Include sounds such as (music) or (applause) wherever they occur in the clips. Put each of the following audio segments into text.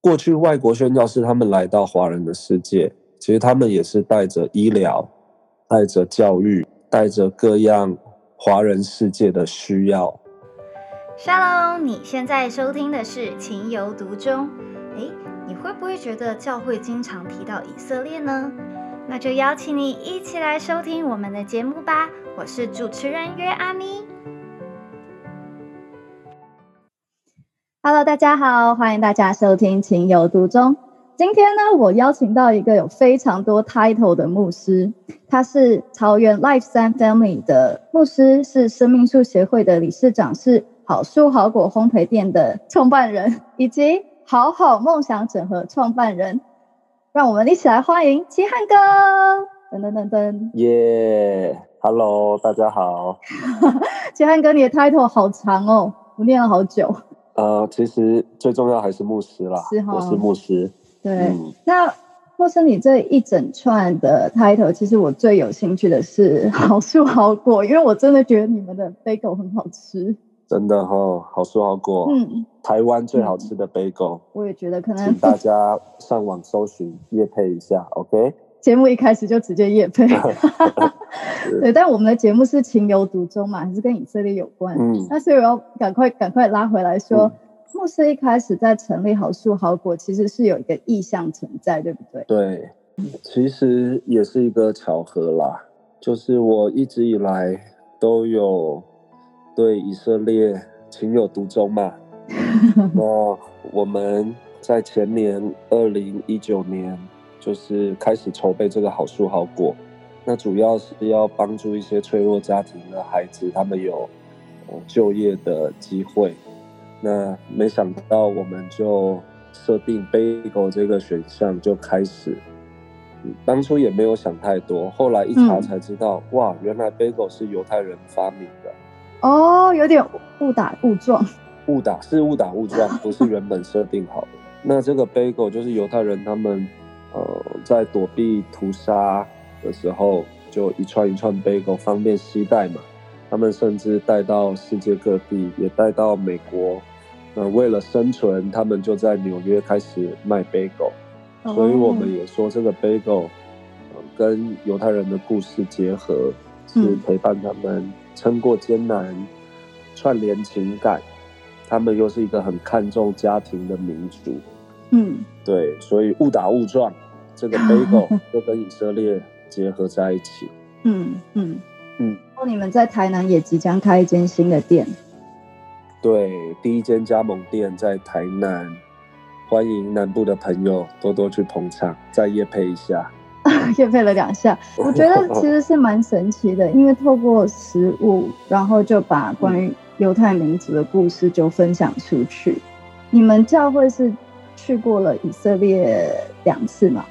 过去外国宣教士他们来到华人的世界，其实他们也是带着医疗、带着教育、带着各样华人世界的需要。沙龙，你现在收听的是《情有独钟》。诶，你会不会觉得教会经常提到以色列呢？那就邀请你一起来收听我们的节目吧。我是主持人约阿咪。 Hello，大家好，欢迎大家收听《情有独钟》。今天呢，我邀请到一个有非常多 title 的牧师，他是桃园 Life 三 Family 的牧师，是生命树协会的理事长，是好树好果烘焙店的创办人，以及好好梦想整合创办人。让我们一起来欢迎齐汉哥！噔噔噔噔，耶、h e l l o 大家好。齐汉哥，你的 title 好长哦，我念了好久。呃，其实最重要还是牧师啦，是哈我是牧师。对，嗯，那莫生，你这一整串的 title，其实我最有兴趣的是 (laughs) 好树好果，因为我真的觉得你们的 bagel 很好吃。真的哦，好说好过。嗯，台湾最好吃的 bagel，、我也觉得可能请大家上网搜寻夜配一下，OK？ (laughs) (laughs) 节目一开始就直接夜配。对，但我们的节目是情有独钟嘛，还是跟以色列有关？嗯那所以我要赶快赶快拉回来说，牧师一开始在成立好树好果，其实是有一个意向存在，对不对？对，其实也是一个巧合啦。就是我一直以来都有对以色列情有独钟嘛。那我们在前年二零一九年，就是开始筹备这个好树好果。那主要是要帮助一些脆弱家庭的孩子，他们有呃就业的机会。那没想到我们就设定 bagel 这个选项就开始，嗯当初也没有想太多，后来一查嗯才知道，哇，原来 bagel 是犹太人发明的，哦，有点误打误撞。误打是误打误撞，不是原本设定好的。 (laughs) 那这个 bagel 就是犹太人他们呃在躲避屠杀的时候，就一串一串 bagel 方便携带嘛。他们甚至带到世界各地，也带到美国。那为了生存，他们就在纽约开始卖 bagel。所以我们也说这个 bagel、呃、跟犹太人的故事结合，是嗯陪伴他们撑过艰难，串联情感。他们又是一个很看重家庭的民族，嗯，对，所以误打误撞，这个 bagel 就跟以色列结合在一起。嗯，嗯嗯，然后你们在台南也即将开一间新的店， (laughs) 对，第一间加盟店在台南，欢迎南部的朋友多多去捧场，再夜配一下。也配了两下。我觉哦得其实是蛮神奇的，因为透过食物，然后就把关于犹太民族的故事就分享出去。你们教会是去过了以色列两次嘛？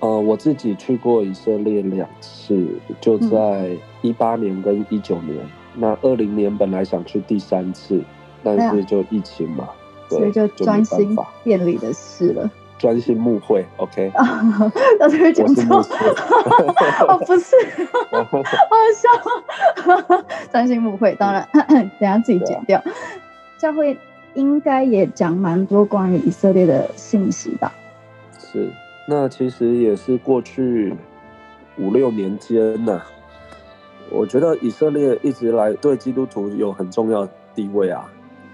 呃，我自己去过以色列两次，就嗯在一八年跟一九年。那二零年本来想去第三次，但哎是呀就疫情嘛，对，所以就就专没心办法店里的事了。专心慕会。OK， (laughs) 啊，我就讲我是错牧师，哦，不 (laughs) 是，好笑，专心误会，当然，嗯 (laughs) 等一下自己剪掉。啊教会应该也讲蛮多关于以色列的信息吧？是，那其实也是过去五六年间呐、我觉得以色列一直来对基督徒有很重要的地位啊。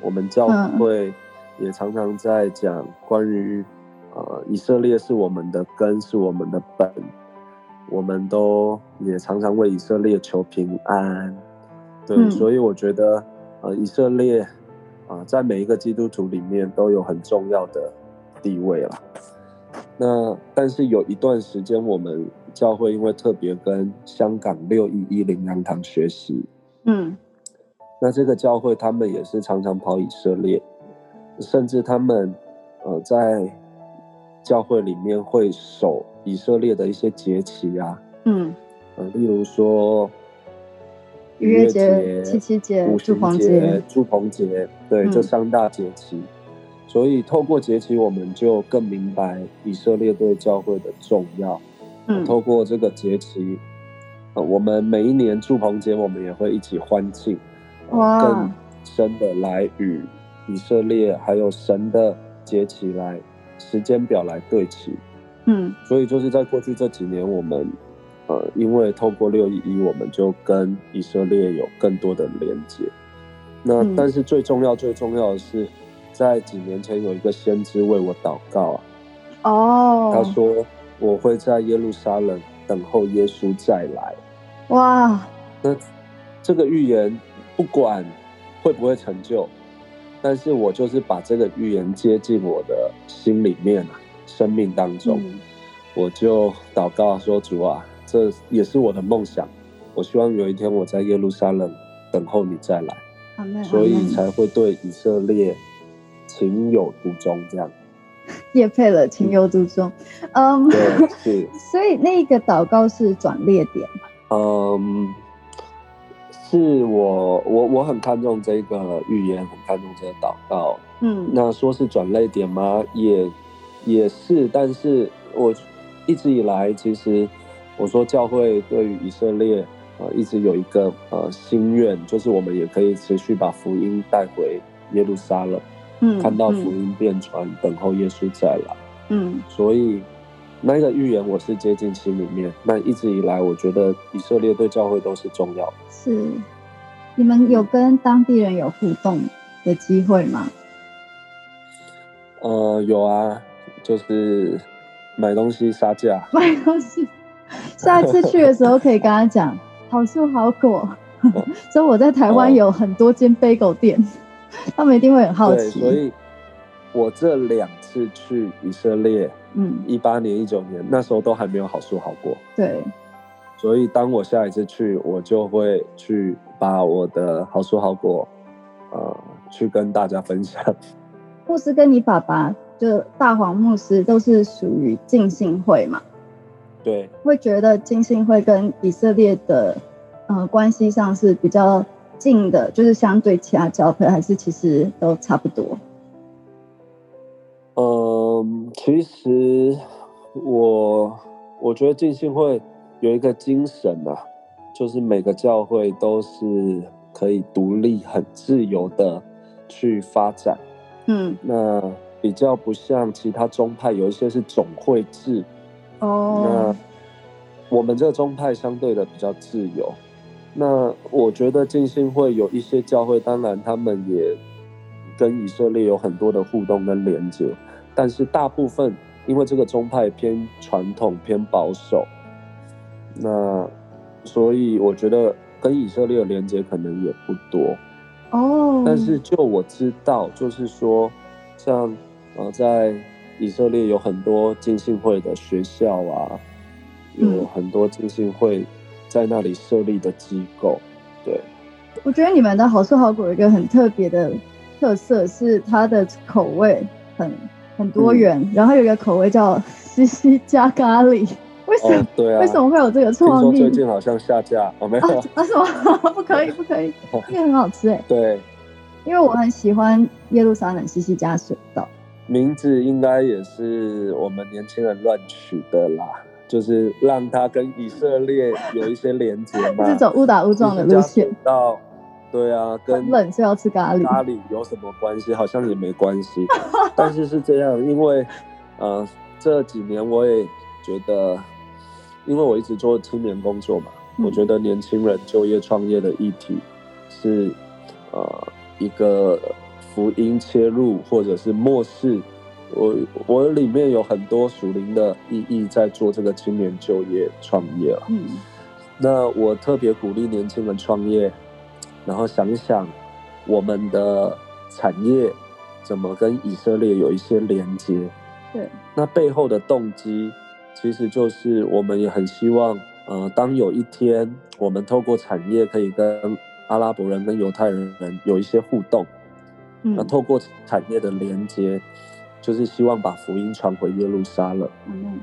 我们教嗯会也常常在讲关于呃以色列是我们的根，是我们的本，我们都也常常为以色列求平安。对，嗯所以我觉得呃以色列啊、在每一个基督徒里面都有很重要的地位啦。那但是有一段时间，我们教会因为特别跟香港六一一灵粮堂学习，嗯那这个教会他们也是常常跑以色列，甚至他们呃在教会里面会守以色列的一些节期啊，嗯，呃，例如说逾越节节、七七节五祝旬棚节节、祝棚节，对，嗯这三大节期。所以透过节期，我们就更明白以色列对教会的重要。呃嗯透过这个节期，呃，我们每一年祝棚节，我们也会一起欢庆，呃哇更深的来与以色列还有神的节期来时间表来对齐。嗯所以就是在过去这几年，我们呃，因为透过六一一，我们就跟以色列有更多的连接。那嗯但是最重要、最重要的是，在几年前有一个先知为我祷告、啊，哦，他说我会在耶路撒冷等候耶稣再来。哇，那这个预言不管会不会成就，但是我就是把这个预言接进我的心里面啊，生命当中。嗯我就祷告说：“主啊，这也是我的梦想。我希望有一天我在耶路撒冷等候你再来，阿妹，所阿以妹才会对以色列情有独钟。这样，叶配了情有独钟，嗯，对，是，所以那个祷告是转捩点，嗯，是我，我我很看重这个预言，很看重这个祷告。嗯那说是转泪点吗？也也是，但是我一直以来，其实我说教会对于以色列呃，一直有一个呃心愿，就是我们也可以持续把福音带回耶路撒冷，嗯，看到福嗯音变传，等候耶稣再来。嗯所以那个预言我是接近心里面。那一直以来，我觉得以色列对教会都是重要的。是，你们有跟当地人有互动的机会吗？ (laughs) 呃，有啊，就是买东西杀价。买东西，下一次去的时候可以跟他讲，好树好果。 (laughs) 所以我在台湾哦有很多间 bagel 店，他们一定会很好对，奇。所以我这两次去以色列，嗯，一八年、一九年，那时候都还没有好说好过。对，所以当我下一次去，我就会去把我的好说好果，呃，去跟大家分享。 (laughs) 牧师跟你爸爸就大黄牧师都是属于浸信会嘛，对，会觉得浸信会跟以色列的呃关系上是比较近的，就是相对其他教会还是其实都差不多。嗯，其实我我觉得浸信会有一个精神啊，就是每个教会都是可以独立、很自由的去发展。嗯，那比较不像其他宗派，有一些是总会制。哦，那我们这个宗派相对的比较自由。那我觉得浸信会有一些教会，当然他们也跟以色列有很多的互动跟连接，但是大部分因为这个宗派偏传统、偏保守，那所以我觉得跟以色列的连接可能也不多。哦，但是就我知道，就是说，像呃，在以色列有很多浸信会的学校啊，嗯有很多浸信会在那里设立的机 (laughs) 构，对，我觉得你们的好吃好果有一个很特别的特色是它的口味很很多元，嗯然后有一个口味叫西西加咖喱，为什么、哦，对啊，为什么会有这个听说创意最？近好像下架，哦，没有啊啊，啊什么？ (laughs) 不可以不可以，哦那个很好吃哎， (laughs) 对，因为我很喜欢耶路撒冷西西加水稻。名字应该也是我们年轻人乱取的啦，就是让它跟以色列有一些连接 (laughs) 嘛，是走误打误撞的路线，到，对啊，跟很冷所以要吃咖喱咖喱有什么关系？好像也没关系， (laughs) 但是是这样，因为呃这几年我也觉得，因为我一直做青年工作嘛，嗯我觉得年轻人就业创业的议题是呃一个福音切入或者是末世。我我里面有很多属灵的意义，在做这个青年就业创业了。嗯那我特别鼓励年轻人创业，然后想一想我们的产业怎么跟以色列有一些连接。对，那背后的动机其实就是我们也很希望，呃，当有一天我们透过产业可以跟阿拉伯人跟犹太人有一些互动，那嗯，透过产业的连接，就是希望把福音传回耶路撒冷。嗯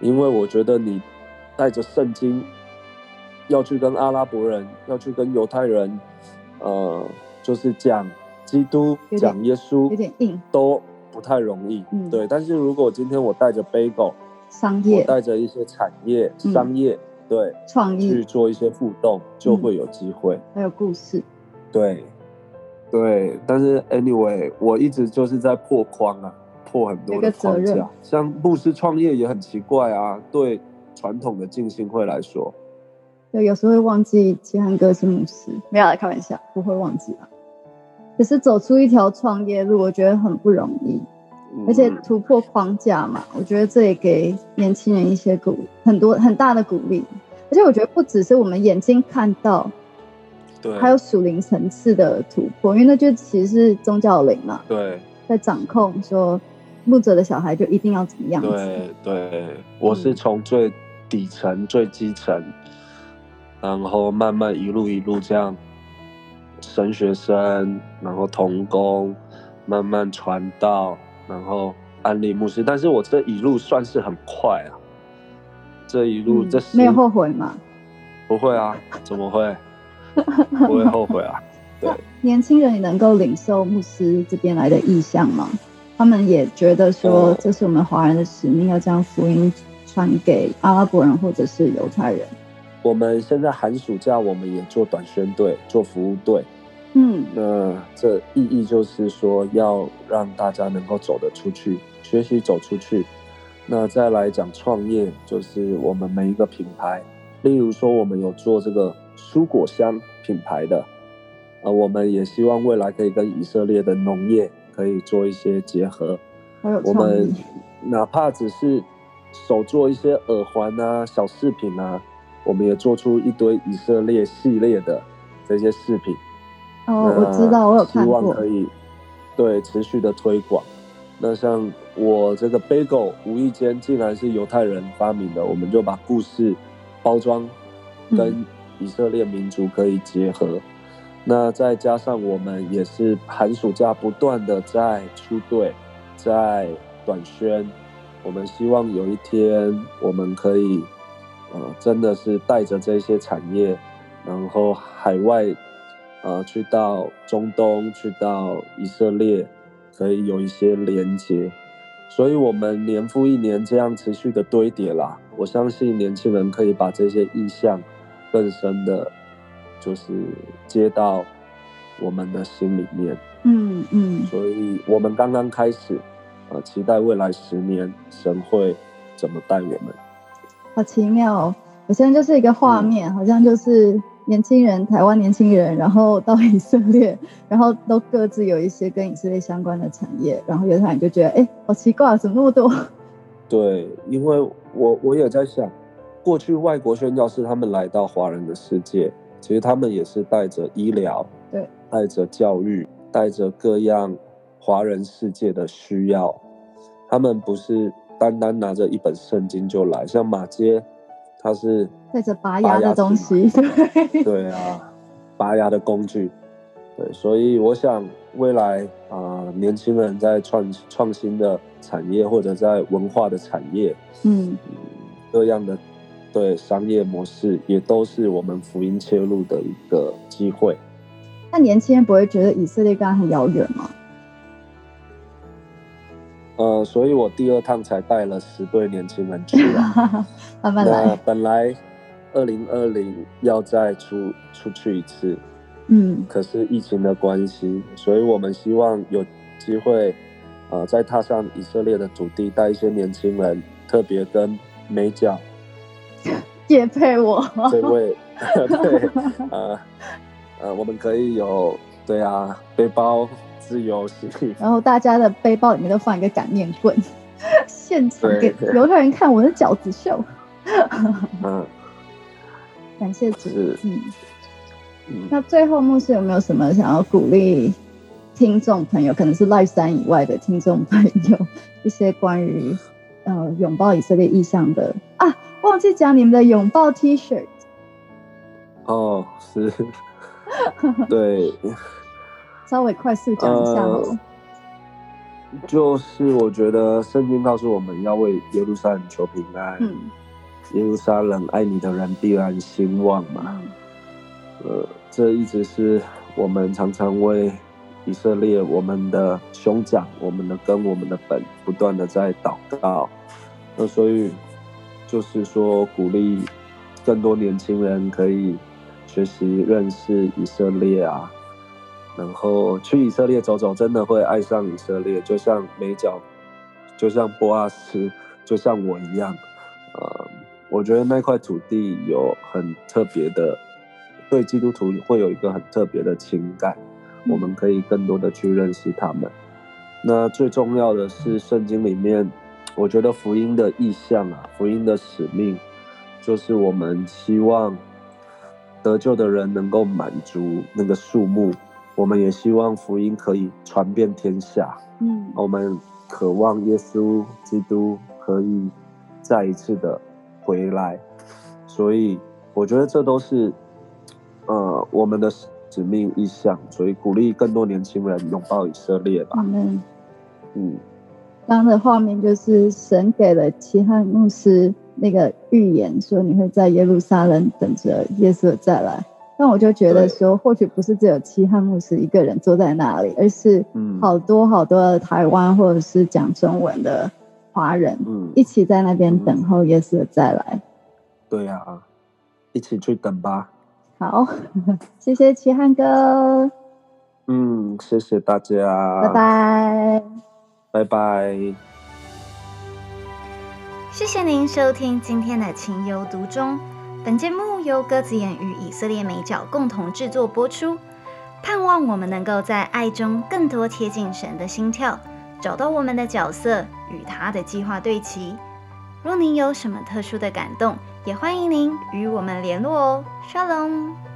因为我觉得你带着圣经要去跟阿拉伯人，要去跟犹太人，呃，就是讲基督有、点讲耶稣，有点硬都不太容易。嗯对，但是如果今天我带着 bagel，商我业带着一些产业、嗯商业，对，创去意做一些互动，就会有机会。还有故事，对，对，但是 anyway，我一直就是在破框啊，破很多有个的责框任架。像牧师创业也很奇怪啊，对传统的浸信会来说，对，有时候会忘记齐汉哥是牧师，没有啦，开玩笑，不会忘记啦。只是走出一条创业路，我觉得很不容易，嗯而且突破框架嘛，我觉得这也给年轻人一些鼓很多很大的鼓励。而且我觉得不只是我们眼睛看到，对，还有属灵层次的突破，因为那就其实是宗教灵嘛，对在掌控说牧者的小孩就一定要怎么样子。 (laughs) 对对，我嗯是从最底层、最基层，然后慢慢一路一路这样，神学生，然后童工，慢慢传道，然后安利牧师。但是我这一路算是很快啊，这一路、嗯这十没有后悔嘛？不会啊，怎么会？不会后悔 (laughs) 啊。对，年轻人也能够领受牧师这边来的意向吗？他们也觉得说哦，这是我们华人的使命，要将福音传给阿拉伯人或者是犹太人。我们现在寒暑假我们也做短宣队，做服务队。嗯，那这意义就是说，要让大家能够走得出去，学习走出去。那再来讲创业，就是我们每一个品牌，例如说我们有做这个蔬果香品牌的，呃，我们也希望未来可以跟以色列的农业可以做一些结合。好有我创们意。哪怕只是手做一些耳环啊、小饰品啊，我们也做出一堆以色列系列的这些饰品。哦，那我知道，我有看呃希望过可。以对持续的推广。那像我这个 bagel，无意间竟然是犹太人发明的，我们就把故事包装嗯跟以色列民族可以结合。那再加上我们也是寒暑假不断的在出队，在短宣，我们希望有一天我们可以，呃，真的是带着这些产业，然后海外，呃，去到中东，去到以色列，可以有一些连接。所以，我们年复一年这样持续的堆叠啦，我相信年轻人可以把这些意向更深的，就是接到我们的心里面。嗯嗯，所以我们刚刚开始，呃，期待未来十年神会怎么带我们。好奇妙哦！我现在就是一个画嗯面，好像就是年轻人，台湾年轻人，然后到以色列， (laughs) 然后都各自有一些跟以色列相关的产业，然后犹太人就觉得，哎、好奇怪，怎么那么多？ (laughs) 对，因为我我也在想，过去外国宣教士他们来到华人的世界，其实他们也是带着医疗，对，带着教育，带着各样华人世界的需要，他们不是单单拿着一本圣经就来，像马街，他是带着拔牙的东拔牙西， (laughs) (laughs) 对，对啊，拔牙的工具。对，所以我想未来啊、呃年轻人在创创新的产业或者在文化的产业，嗯。嗯，各样的对商业模式也都是我们福音切入的一个机会。那年轻人不会觉得以色列跟他很遥远吗？ (laughs) 呃，所以我第二趟才带了十对年轻人去啊。 (laughs) 慢慢那来，本来二零二零要再出出去一次，嗯可是疫情的关系，所以我们希望有机会，呃，再踏上以色列的土地，带一些年轻人，特别跟美角也配我，这位，对，呃，呃，我们可以有，对啊，背包自由行，然后大家的背包里面都放一个擀面棍， (laughs) 现场对给对犹太人看我的饺子秀，嗯感谢主是，嗯。嗯，那最后牧师有没有什么想要鼓励听众朋友，可能是赖山以外的听众朋友，一些关于呃拥抱以色列意向的 (laughs) 啊？忘记讲你们的拥抱 T 恤，哦，是，对，稍微快速讲一下好呃了。就是我觉得圣经告诉我们要为耶路撒冷求平安，嗯耶路撒冷爱你的人必然兴旺嘛。嗯呃，这一直是我们常常为以色列、我们的兄长、我们的根、我们的本，不断的在祷告。那所以就是说，鼓励更多年轻人可以学习认识以色列啊，然后去以色列走走，真的会爱上以色列。就像美角就像波阿斯，就像我一样，呃，我觉得那块土地有很特别的，对基督徒会有一个很特别的情感，嗯我们可以更多的去认识他们。那最重要的是，圣经里面，我觉得福音的意向啊，福音的使命，就是我们希望得救的人能够满足那个数目，我们也希望福音可以传遍天下。嗯我们渴望耶稣基督可以再一次的回来，所以我觉得这都是呃我们的使命意向，所以鼓励更多年轻人拥抱以色列吧。阿门。嗯，刚刚的画面就是神给了齐汉牧师那个预言，说你会在耶路撒冷等着耶稣的再来。但我就觉得说，或许不是只有齐汉牧师一个人坐在那里，而是嗯好多好多的台湾或者是讲中文的华人嗯一起在那边等候耶稣的再来。对呀、一起去等吧。好，谢谢齐汉哥，嗯，谢谢大家，拜，拜。拜拜。谢谢您收听今天的《情有独钟》。本节目由鸽子眼与以色列美角共同制作播出。盼望我们能够在爱中更多贴近神的心跳，找到我们的角色与他的计划对齐。若您有什么特殊的感动，也欢迎您与我们联络哦。Shalom。